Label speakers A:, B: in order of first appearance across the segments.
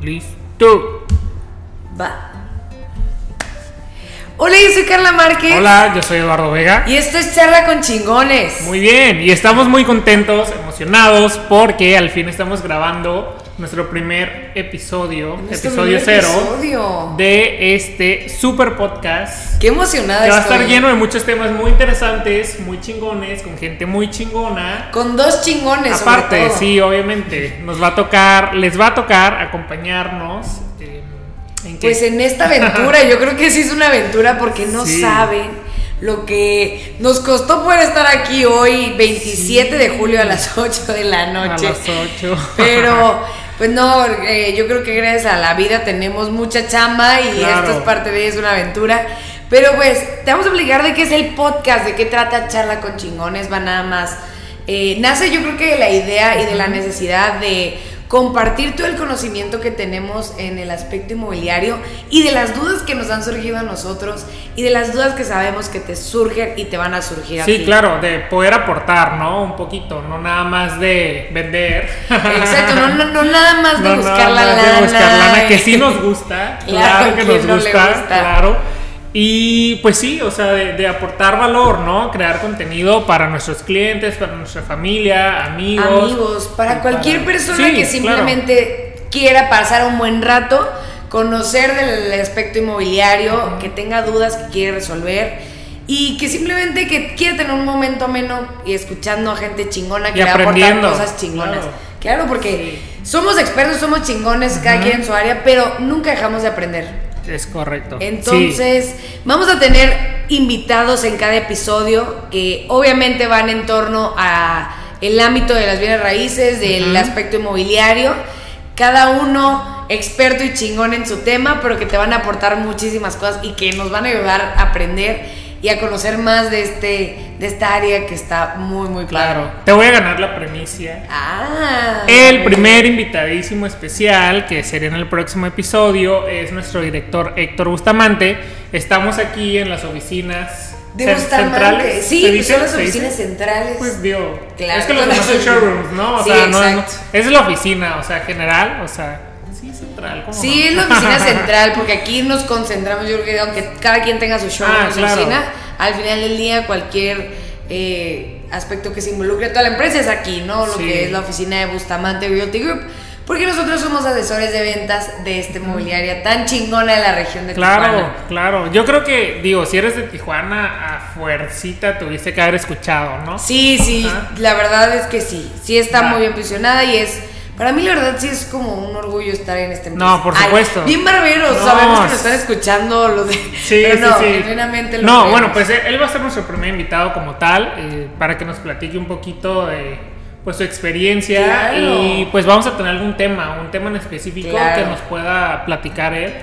A: Listo.
B: Va. Hola, yo soy Carla Márquez.
A: Hola, yo soy Eduardo Vega.
B: Y esto es Charla con Chingones.
A: Muy bien, y estamos muy contentos, emocionados, porque al fin estamos grabando nuestro primer episodio,
B: Nuestro
A: episodio
B: este primer
A: cero,
B: episodio.
A: de este super podcast.
B: Qué emocionada
A: Que va a
B: estoy.
A: estar lleno de muchos temas muy interesantes, muy chingones, con gente muy chingona.
B: Con dos chingones. sobre
A: Aparte,
B: todo.
A: sí, obviamente, nos va a tocar, les va a tocar acompañarnos. eh, ¿en qué?
B: Pues en esta aventura, yo creo que sí es una aventura porque no
A: Sí.
B: saben lo que nos costó poder estar aquí hoy, 27 de julio a las 8 de la noche.
A: A las 8.
B: Pero, pues no, eh, yo creo que gracias a la vida tenemos mucha chamba y
A: Claro.
B: esto es parte de es una aventura. Pero pues, te vamos a explicar de qué es el podcast, de qué trata Charla con Chingones, va nada más. Eh, nace yo creo que de la idea y de la necesidad de compartir todo el conocimiento que tenemos en el aspecto inmobiliario y de las dudas que nos han surgido a nosotros y de las dudas que sabemos que te surgen y te van a surgir a ti.
A: Sí, claro, de poder aportar, ¿no? Un poquito, no nada más de vender.
B: Exacto, no, no, no nada más de
A: No,
B: buscar
A: nada
B: la
A: más
B: lana. eh.
A: de buscar lana, que sí nos gusta,
B: Claro,
A: claro, que
B: ¿quién
A: nos
B: no le
A: gusta,
B: gusta?
A: claro. Y pues sí, o sea, de, de aportar valor, ¿no? Crear contenido para nuestros clientes, para nuestra familia, amigos.
B: amigos, para
A: Y
B: cualquier
A: para-
B: persona
A: Sí,
B: que
A: claro.
B: simplemente quiera pasar un buen rato, conocer del aspecto inmobiliario, que tenga dudas que quiere resolver y que simplemente que quiere tener un momento ameno y escuchando a gente chingona que
A: Y
B: le aporta
A: aprendiendo,
B: cosas chingonas.
A: claro.
B: Claro, porque somos expertos, somos chingones, cada quien en su área, pero nunca dejamos de aprender.
A: Es correcto. Sí.
B: Entonces, vamos a tener invitados en cada episodio que obviamente van en torno a el ámbito de las bienes raíces, del
A: Ujú.
B: aspecto inmobiliario, cada uno experto y chingón en su tema, pero que te van a aportar muchísimas cosas y que nos van a ayudar a aprender y a conocer más de este de esta área que está muy muy
A: Claro.
B: claro.
A: Te voy a ganar la primicia.
B: Ah.
A: El primer invitadísimo especial, que sería en el próximo episodio, es nuestro director Héctor Bustamante. Estamos aquí en las oficinas
B: de
A: cen-
B: Bustamante. Sí,
A: ¿se
B: pues
A: dice?
B: son las
A: ¿Se dice?
B: oficinas centrales.
A: Pues digo,
B: Claro,
A: es que
B: son
A: los demás
B: las
A: son
B: oficinas.
A: showrooms, ¿no? O
B: Sí,
A: sea, no, no-
B: exacto.
A: es la oficina, o sea, general, o sea, sí, central. ¿cómo
B: Sí,
A: no?
B: es la oficina central, porque aquí nos concentramos, yo creo que aunque cada quien tenga su show
A: Ah,
B: en su
A: claro.
B: oficina, al final del día cualquier eh, aspecto que se involucre a toda la empresa es aquí, ¿no? Lo
A: Sí.
B: que es la oficina de Bustamante Realty Group, porque nosotros somos asesores de ventas de esta inmobiliaria tan chingona de la región de
A: Mm. Claro,
B: Tijuana.
A: claro. Yo creo que, digo, si eres de Tijuana, a fuercita tuviste que haber escuchado, ¿no?
B: Sí, sí,
A: Ajá.
B: la verdad es que sí, sí está
A: Va.
B: muy bien posicionada y es... Para mí la verdad sí es como un orgullo estar en esta empresa.
A: No, por
B: Ay,
A: supuesto.
B: bien barberos,
A: No,
B: sabemos que nos
A: sí.
B: están escuchando los de...
A: Sí,
B: pero no,
A: sí, sí.
B: genuinamente lo
A: No,
B: queremos.
A: bueno, pues él, él va a ser nuestro primer invitado como tal, eh, para que nos platique un poquito de pues, su experiencia
B: Claro.
A: y pues vamos a tener algún tema, un tema en específico
B: Claro.
A: que nos pueda platicar él.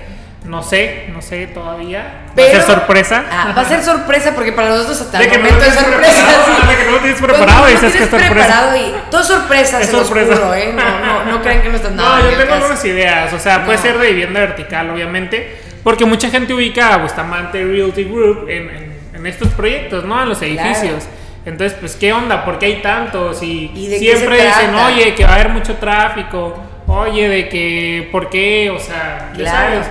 A: No sé, no sé todavía.
B: Pero-
A: va a ser sorpresa.
B: Ah, va a ser sorpresa porque para nosotros hasta
A: De
B: el
A: que no lo
B: momento es
A: tienes
B: sorpresa.
A: preparado,
B: sí.
A: de que no lo tienes
B: Cuando
A: preparado,
B: no lo
A: dices que
B: tienes
A: es sorpresa.
B: preparado y todo sorpresa,
A: Es
B: se los
A: sorpresa.
B: juro, ¿eh? No, no, no crean que no están
A: No,
B: nada.
A: yo tengo algunas ideas, o sea, puede
B: No.
A: ser de vivienda vertical, obviamente, porque mucha gente ubica a Bustamante Realty Group en, en- en estos proyectos, ¿no? En los edificios. Entonces, pues, ¿qué onda? ¿Por qué hay tantos? Y,
B: ¿Y de qué
A: siempre
B: se
A: dicen,
B: trata?
A: oye, que va a haber mucho tráfico, oye, de que, ¿por qué? O sea, ya
B: Claro.
A: sabes.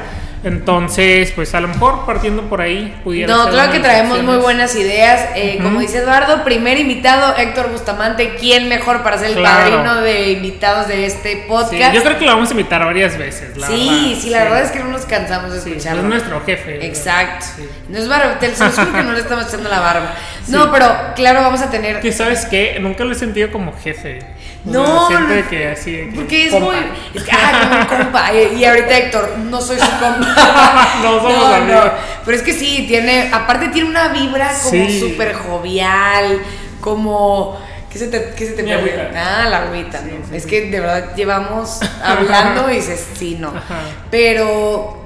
A: Entonces, pues, a lo mejor partiendo por ahí pudiera
B: No,
A: ser
B: claro
A: una
B: que
A: de las
B: traemos muy
A: opciones.
B: buenas ideas. eh, Como
A: Ujú.
B: dice Eduardo, primer invitado, Héctor Bustamante. ¿Quién mejor para ser el
A: Claro.
B: padrino de invitados de este
A: Sí,
B: podcast?
A: yo creo que lo vamos a invitar varias veces, la
B: sí,
A: verdad.
B: sí, la verdad es que no nos cansamos de
A: Sí, es
B: escucharlo.
A: nuestro jefe.
B: Exacto.
A: Sí.
B: No es barba, te se los juro que no le estamos echando la barba.
A: Sí.
B: No, pero claro, vamos a tener
A: Que sabes que nunca lo he sentido como jefe. O sea,
B: No,
A: siempre
B: no.
A: que así. de que
B: Porque es
A: compa.
B: muy. Es que, ah, como un compa. Y y ahorita Héctor, no soy su compa.
A: No somos amigos.
B: Pero es que sí, tiene. Aparte, tiene una vibra como
A: Sí.
B: súper jovial. Como. ¿Qué se te, qué se te
A: Mi
B: perdió?
A: agüita.
B: Ah, la agüita.
A: Sí,
B: ¿no?
A: sí,
B: es
A: sí.
B: que de verdad llevamos hablando y dices, sí, no.
A: Ajá.
B: Pero.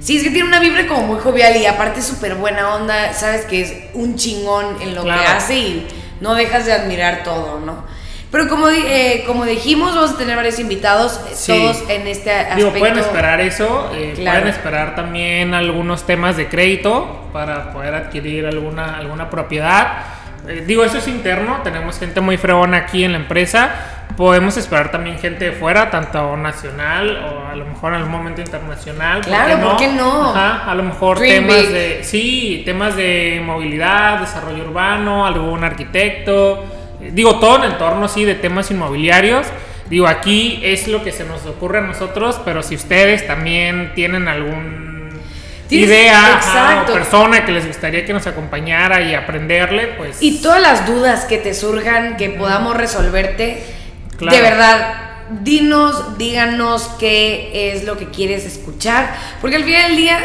B: Sí, es que tiene una vibra como muy jovial y aparte súper buena onda. Sabes que es un chingón en lo que
A: Claro.
B: hace y no dejas de admirar todo, ¿no? Pero como, di- eh, como dijimos, vamos a tener varios invitados, eh,
A: Sí.
B: todos en este aspecto.
A: Digo, pueden esperar eso. eh,
B: Claro.
A: Pueden esperar también algunos temas de crédito para poder adquirir alguna, alguna propiedad. Eh, digo, eso es interno. Tenemos gente muy fregona aquí en la empresa. podemos esperar también gente de fuera, tanto nacional o a lo mejor en algún momento internacional.
B: Claro, ¿por qué no?
A: Ajá, a lo mejor
B: Dream
A: temas
B: big.
A: de sí, temas de movilidad, desarrollo urbano, algún arquitecto, eh, digo todo en el entorno sí de temas inmobiliarios. Digo, aquí es lo que se nos ocurre a nosotros, pero si ustedes también tienen algún
B: Tienes-
A: idea ajá,
B: exacto.
A: o persona que les gustaría que nos acompañara y aprenderle, pues
B: Y todas las dudas que te surjan, que podamos resolverte,
A: Claro.
B: de verdad, dinos, díganos qué es lo que quieres escuchar, porque al final del día,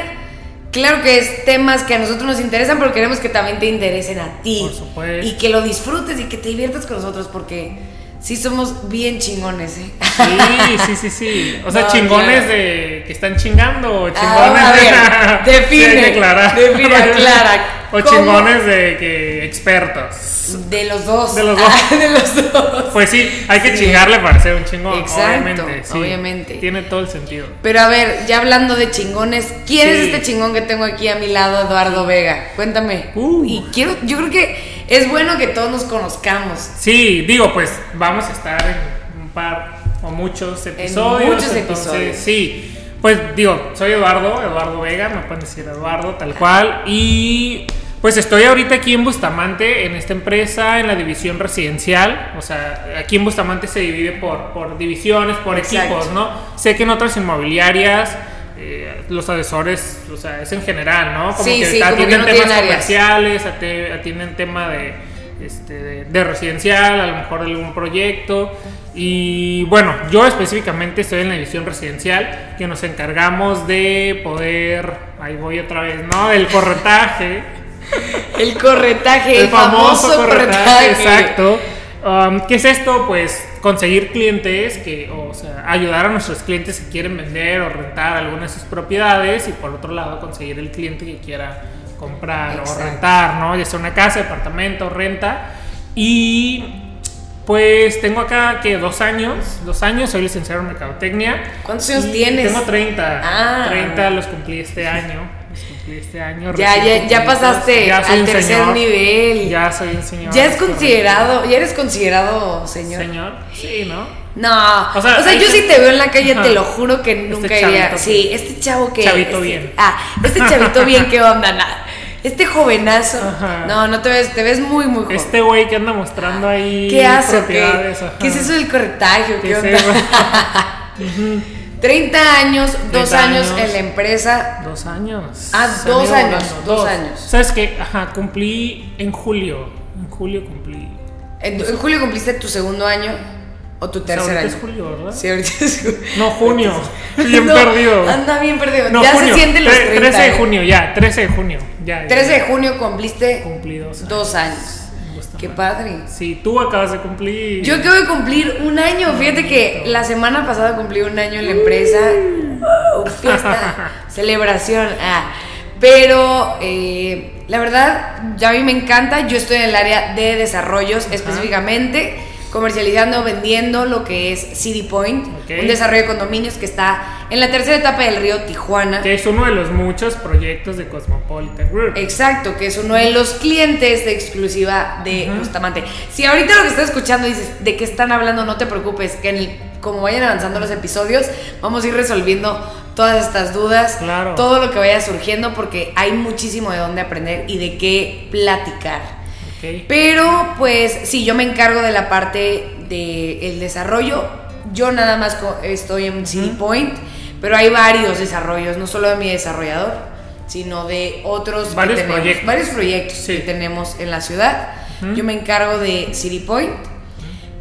B: claro que es temas que a nosotros nos interesan, pero queremos que también te interesen a ti.
A: Por supuesto.
B: Y que lo disfrutes y que te diviertas con nosotros, porque sí somos bien chingones, ¿eh?
A: Sí, sí, sí, sí. O sea,
B: No,
A: chingones
B: claro.
A: de que están chingando. o Chingones
B: Ahora, a ver,
A: de.
B: define,
A: Sí, hay que aclarar.
B: define, aclara.
A: O
B: ¿Cómo?
A: chingones de que expertos.
B: De los dos. Ah,
A: De los dos.
B: de los dos.
A: Pues sí, hay que
B: Sí.
A: chingarle para ser un chingón.
B: Exacto,
A: obviamente. sí.
B: obviamente.
A: Tiene todo el sentido.
B: Pero a ver, ya hablando de chingones, ¿quién es
A: Sí.
B: este chingón que tengo aquí a mi lado, Eduardo Vega? Cuéntame.
A: Uh.
B: Y quiero, yo creo que es bueno que todos nos conozcamos.
A: Sí, digo, pues vamos a estar en un par o muchos episodios.
B: muchos
A: entonces,
B: episodios.
A: Sí. Pues digo, soy Eduardo, Eduardo Vega, me pueden decir Eduardo, tal cual. Y pues estoy ahorita aquí en Bustamante, en esta empresa, en la división residencial. O sea, aquí en Bustamante se divide por, por divisiones, por
B: Exacto.
A: equipos, ¿no? Sé que en otras inmobiliarias eh, los asesores, o sea, es en general, ¿no? Como
B: Sí,
A: que
B: sí, como que
A: atienden
B: no
A: temas
B: tienen áreas.
A: comerciales, ate- atienden tema de, este, de, de residencial, a lo mejor algún proyecto. Y bueno, yo específicamente estoy en la división residencial, que nos encargamos de poder, ahí voy otra vez, ¿no? Del corretaje,
B: El corretaje, el,
A: el famoso corretaje,
B: corretaje.
A: exacto. Um, ¿Qué es esto? Pues conseguir clientes, que, o sea, ayudar a nuestros clientes que quieren vender o rentar alguna de sus propiedades y por otro lado conseguir el cliente que quiera comprar
B: Exacto.
A: o rentar, ¿no? Ya sea una casa, departamento, renta. Y pues tengo acá que dos años, dos años, soy licenciado en mercadotecnia.
B: ¿Cuántos años
A: Y
B: tienes?
A: Tengo 30.
B: Ah.
A: 30 los cumplí este año. Los cumplí este año.
B: Ya,
A: recién
B: ya, ya
A: cumplidos.
B: pasaste
A: Ya soy
B: al
A: un
B: tercer
A: señor.
B: nivel. Ya,
A: Ya soy un señor.
B: es considerado, ya eres considerado señor.
A: Señor. Sí, ¿no?
B: No, o
A: O
B: sea,
A: sea, hay
B: yo si
A: gente-
B: te veo en la calle,
A: Ajá. Este
B: te lo juro que nunca iría.
A: chavito.
B: Sí, este chavo que.
A: Chavito
B: este-
A: bien.
B: Ah, este chavito bien, ¿qué onda? Nada. Este jovenazo.
A: Ajá.
B: No, no te ves, te ves muy, muy joven.
A: Este güey que anda mostrando ahí.
B: ¿Qué hace? o ¿Qué,
A: propiedades, ajá.
B: ¿Qué es eso del corretaje? o ¿Qué
A: Que
B: onda?
A: se-
B: 30 años, 2
A: 30
B: años
A: años.
B: en la empresa.
A: Dos años.
B: Ah,
A: Se
B: dos
A: han ido
B: años,
A: volando,
B: dos años.
A: ¿Sabes qué? Ajá, cumplí en julio. En julio cumplí.
B: En, en julio cumpliste tu segundo año o tu
A: O sea,
B: tercer
A: ahorita
B: año.
A: es julio, ¿verdad?
B: Sí, ahorita es ju-
A: No, junio.
B: No,
A: Bien perdido.
B: Anda bien perdido.
A: No,
B: ya
A: junio.
B: se sienten los
A: Tre-
B: 30.
A: 13 de
B: eh.
A: junio, ya. 13 de junio. Ya, ya,
B: 13 de
A: ya.
B: junio cumpliste
A: Cumplí dos años.
B: dos años.
A: Me gusta
B: Qué
A: más.
B: padre.
A: Sí, tú acabas de cumplir.
B: Yo acabo de cumplir un año. Fíjate que la semana pasada cumplí un año en la empresa. Wow, Fiesta, celebración. Ah, Pero eh, la verdad, ya a mí me encanta. Yo estoy en el área de desarrollos específicamente, comercializando, vendiendo lo que es City Point,
A: Ok.
B: un desarrollo de condominios que está en la tercera etapa del río Tijuana.
A: Que es uno de los muchos proyectos de Cosmopolitan Group.
B: Exacto, que es uno de los clientes de exclusiva de Bustamante. Si ahorita lo que estás escuchando dices de qué están hablando, no te preocupes, que en el- como vayan avanzando los episodios, vamos a ir resolviendo todas estas dudas,
A: Claro.
B: todo lo que vaya surgiendo, porque hay muchísimo de dónde aprender y de qué platicar.
A: Ok.
B: Pero pues sí, yo me encargo de la parte del desarrollo. Yo nada más co- estoy en CD Point, pero hay varios desarrollos, no solo de mi desarrollador, sino de otros que
A: Varios
B: tenemos,
A: proyectos.
B: varios proyectos
A: Sí.
B: que tenemos en la ciudad.
A: Ujú.
B: Yo me encargo de City Point,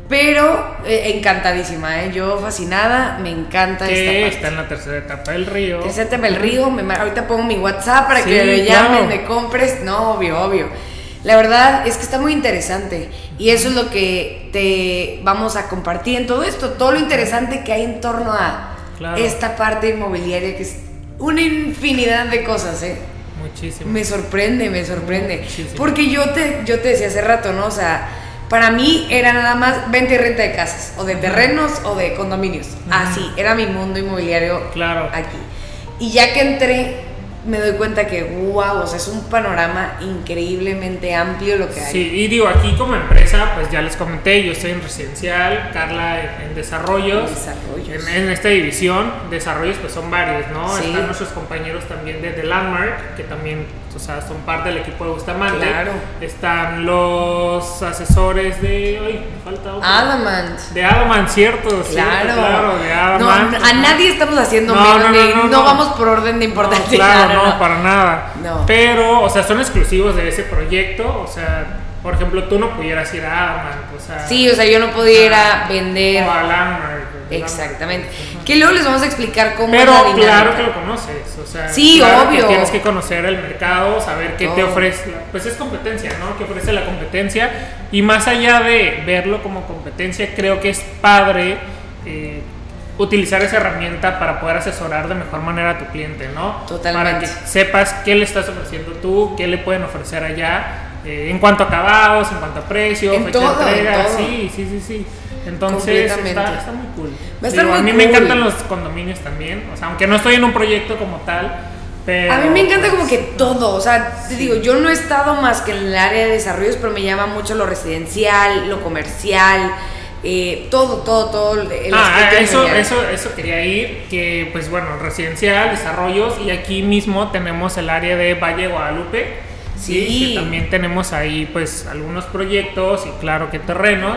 B: pero eh, encantadísima, ¿eh? yo fascinada, me encanta
A: que
B: esta
A: está en la tercera etapa del río.
B: parte. Te el río, me ma- ahorita pongo mi WhatsApp para que
A: Sí,
B: me
A: claro.
B: llamen, me compres. No, obvio, obvio. La verdad es que está muy interesante y eso es lo que te vamos a compartir en todo esto, todo lo interesante que hay en torno a
A: Claro.
B: esta parte inmobiliaria que es una infinidad de cosas, ¿eh?
A: Muchísimo.
B: Me sorprende, me sorprende.
A: Muchísimo.
B: Porque yo te, yo te decía hace rato, ¿no? O sea, para mí era nada más venta y renta de casas, o de terrenos, o de condominios. Así, era mi mundo inmobiliario
A: Claro.
B: aquí. Y ya que entré me doy cuenta que, wow, o sea, es un panorama increíblemente amplio lo que hay.
A: Sí, y digo, aquí como empresa, pues ya les comenté, yo estoy en residencial, Carla en, en desarrollos.
B: Desarrollos.
A: En, en esta división, desarrollos pues son varios, ¿no?
B: Sí.
A: Están nuestros compañeros también de The Landmark, que también, o sea, son parte del equipo de Bustamante.
B: Claro.
A: Están los asesores de... Ay, me falta otro.
B: Ah, Adamant.
A: De Adaman, cierto, cierto,
B: Claro.
A: claro, de
B: no,
A: Adaman.
B: a nadie estamos haciendo
A: No,
B: menos
A: no, no,
B: ni-
A: no, no.
B: vamos por orden de importancia.
A: No, claro,
B: no,
A: no,
B: no.
A: para nada.
B: No.
A: Pero, o sea, son exclusivos de ese proyecto. O sea, por ejemplo, tú no pudieras ir a Adamant, o sea,
B: Sí, o sea, yo no pudiera vender.
A: o a Landmark. o a
B: Exactamente.
A: Landmark.
B: Que luego les vamos a explicar cómo es la
A: Pero
B: dinámica.
A: claro que lo conoces, o sea,
B: Sí,
A: claro que
B: obvio.
A: tienes que conocer el mercado, saber qué te
B: Todo.
A: ofrece, pues es competencia, ¿no? ¿Qué ofrece la competencia? Y más allá de verlo como competencia, creo que es padre eh, utilizar esa herramienta para poder asesorar de mejor manera a tu cliente, ¿no? Para
B: Totalmente.
A: que sepas qué le estás ofreciendo tú, qué le pueden ofrecer allá, eh, en cuanto a acabados, en cuanto a precio,
B: En
A: fecha
B: todo,
A: de
B: en
A: entrega,
B: todo.
A: sí, sí, sí, sí. Entonces, está,
B: Completamente.
A: está muy cool.
B: Va a estar
A: Digo, a
B: muy
A: mí me
B: cool.
A: encantan los condominios también. O sea, aunque no estoy en un proyecto como tal, pero.
B: A mí me encanta como
A: pues,
B: que todo, o sea, te digo, yo no he estado más que en el área de desarrollos, pero me llama mucho lo residencial, lo comercial, eh, todo, todo, todo. El
A: Ah,
B: aspecto
A: eso,
B: inmobiliario.
A: eso, eso quería ir, que pues bueno, residencial, desarrollos, y aquí mismo tenemos el área de Valle de Guadalupe, ¿sí?
B: Sí.
A: que también tenemos ahí pues algunos proyectos y claro que terrenos,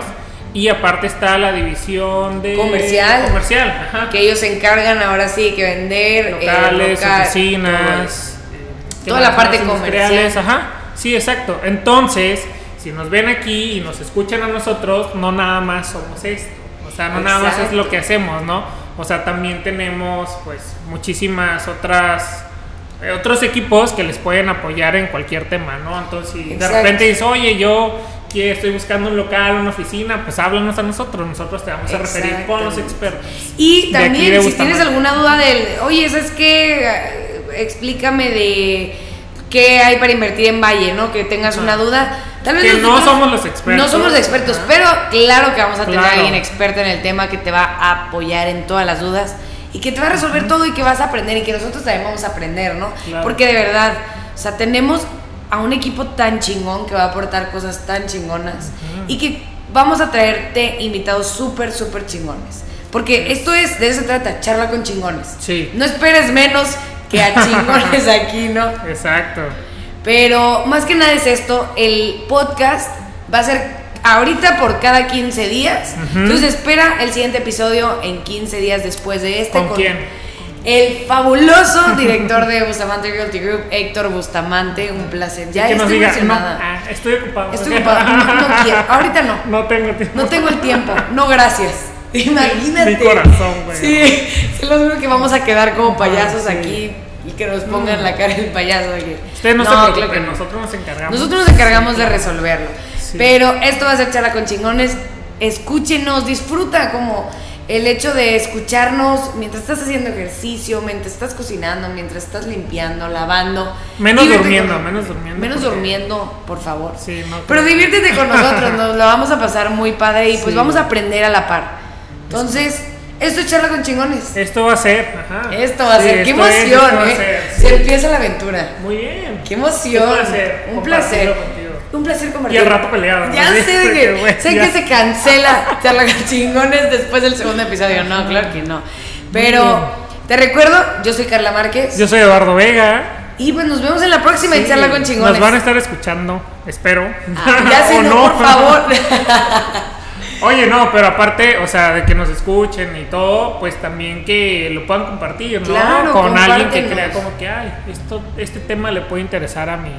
A: y aparte está la división de...
B: Comercial.
A: Comercial, ajá.
B: Que ellos se encargan ahora sí que vender eh,
A: locales,
B: local,
A: oficinas, eh,
B: Toda la
A: más?
B: parte
A: Zonas industriales, Ajá, sí, exacto. Entonces, si nos ven aquí y nos escuchan a nosotros, no nada más somos esto. O sea, no nada más es
B: Exacto.
A: lo que hacemos, ¿no? O sea, también tenemos pues muchísimas otras eh, otros equipos que les pueden apoyar en cualquier tema, ¿no? Entonces, si
B: Exacto.
A: de repente dices, oye, yo que estoy buscando un local, una oficina, pues háblanos a nosotros, nosotros te vamos a referir con los
B: Exactamente.
A: expertos.
B: Y
A: De aquí
B: también,
A: de
B: si tienes
A: Bustamante.
B: alguna duda del, oye, ¿sabes qué? Eh, Explícame de qué hay para invertir en Valle, ¿no? Que tengas
A: Ajá.
B: una duda. Tal vez
A: Que no
B: nosotros
A: somos los expertos.
B: No somos los expertos,
A: Ajá.
B: pero claro que vamos a tener a
A: Claro.
B: alguien experto en el tema que te va a apoyar en todas las dudas y que te va a resolver todo y que vas a aprender y que nosotros también vamos a aprender, ¿no?
A: Claro.
B: Porque de verdad, o sea, tenemos a un equipo tan chingón que va a aportar cosas tan chingonas y que vamos a traerte invitados súper, súper chingones. Porque esto es, de eso se trata, charla con chingones.
A: Sí.
B: No esperes menos que a chingones aquí, ¿no?
A: Exacto.
B: Pero más que nada es esto, el podcast va a ser ahorita por cada 15 días.
A: Ujú.
B: Entonces espera el siguiente episodio en 15 días después de este.
A: ¿Con quién?
B: El fabuloso director de Bustamante Realty Group, Héctor Bustamante. Un placer. Ya
A: que nos
B: estoy
A: diga, no,
B: emocionada.
A: ah, estoy ocupado.
B: Estoy ocupada. No, no quiero. Ahorita no.
A: No tengo tiempo.
B: No tengo el tiempo. No, gracias. Imagínate.
A: Mi corazón, güey. Ah,
B: Sí, se los juro que vamos a quedar como payasos
A: sí.
B: aquí y que nos pongan la cara el payaso. de que,
A: Ustedes no, se
B: claro
A: preocupen,
B: que no".
A: nosotros nos encargamos.
B: Nosotros nos encargamos de resolverlo.
A: Sí.
B: Pero esto va a ser charla con chingones. Escúchenos, disfruta como el hecho de escucharnos mientras estás haciendo ejercicio, mientras estás cocinando, mientras estás limpiando, lavando.
A: Menos
B: Diviértete
A: durmiendo,
B: con-
A: menos durmiendo,
B: Menos
A: porque-
B: durmiendo, por favor.
A: Sí, no creo.
B: Pero diviértete con nosotros, nos la vamos a pasar muy padre y pues
A: Sí.
B: vamos a aprender a la par. Entonces, esto es charla con chingones.
A: Esto va a ser, ajá.
B: Esto va a
A: Sí,
B: ser, qué
A: esto es, esto
B: emoción,
A: va a
B: ¿eh?
A: ser, sí.
B: Se empieza la aventura.
A: Muy bien.
B: ¡Qué emoción!
A: Un placer
B: Un placer.
A: compartirlo contigo.
B: Un placer compartir.
A: Y al rato pelearon,
B: Ya
A: ¿no?
B: sé de
A: Porque, güey,
B: que, sé
A: ya.
B: que se cancela charla con chingones después del segundo episodio. No, claro que no. Pero te recuerdo, yo soy Carla Márquez.
A: Yo soy Eduardo Vega.
B: Y pues nos vemos en la próxima en
A: Sí,
B: charla con chingones.
A: Nos van a estar escuchando, espero.
B: Ah, ya sé,
A: O
B: no, por favor.
A: Oye, no, pero aparte, o sea, de que nos escuchen y todo, pues también que lo puedan compartir, ¿no?
B: Claro,
A: Con alguien que
B: compártenos.
A: crea como que, ay, esto, este tema le puede interesar a mi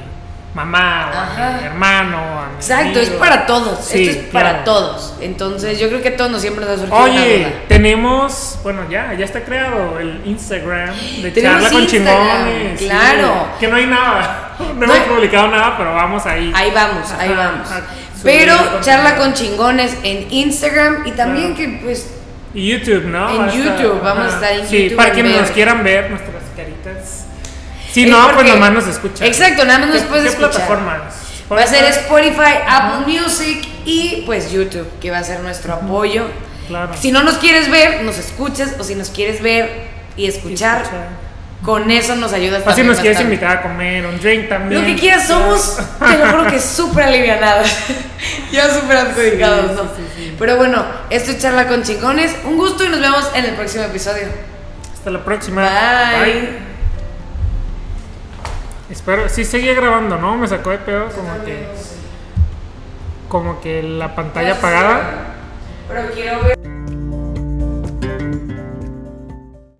A: mamá, o a
B: Ajá.
A: mi hermano, a mi
B: Exacto, es
A: tío".
B: para todos.
A: Sí,
B: Esto es
A: claro.
B: para todos. Entonces, yo creo que a todos nos siempre nos ha surgido una
A: Oye,
B: duda.
A: tenemos, bueno, ya, ya está creado el Instagram de
B: Tenemos
A: charla con
B: Instagram,
A: chingones. sí,
B: claro.
A: que no hay nada, no,
B: No
A: hemos
B: hay-
A: publicado nada, pero vamos ahí.
B: Ahí vamos, ahí
A: Ajá,
B: vamos.
A: ajá,
B: Pero
A: subir contenido.
B: charla con chingones en Instagram y también
A: Claro.
B: que pues
A: Y YouTube, ¿no?
B: En
A: Va a estar,
B: YouTube, vamos a
A: ajá.
B: estar en
A: sí,
B: YouTube
A: para
B: en
A: quienes nos
B: breve.
A: quieran ver nuestras caritas. Si
B: Es
A: no, pues
B: porque-
A: nomás nos escuchan.
B: Exacto, nada más nos
A: ¿Qué-
B: puedes
A: qué
B: escuchar.
A: plataformas?
B: Va a ser
A: Spotify.
B: Spotify, Apple Music y pues YouTube, que va a ser nuestro apoyo.
A: Claro.
B: Si no nos quieres ver, nos escuchas, o si nos quieres ver y escuchar,
A: Escuchar.
B: Con eso nos ayudas
A: Así
B: también
A: nos quieres
B: bastante.
A: invitar a comer, un drink también.
B: Lo que quieras, somos, te lo juro que súper alivianados. ya súper adjudicados,
A: Sí,
B: ¿no?
A: sí, sí, sí.
B: Pero bueno, esto es Charla con Chingones. Un gusto y nos vemos en el próximo episodio.
A: Hasta la próxima.
B: Bye.
A: Espero, sí seguía grabando, ¿no? Me sacó de pedo como que...
B: Pues,
A: Como que la pantalla apagada.
B: Pero quiero ver.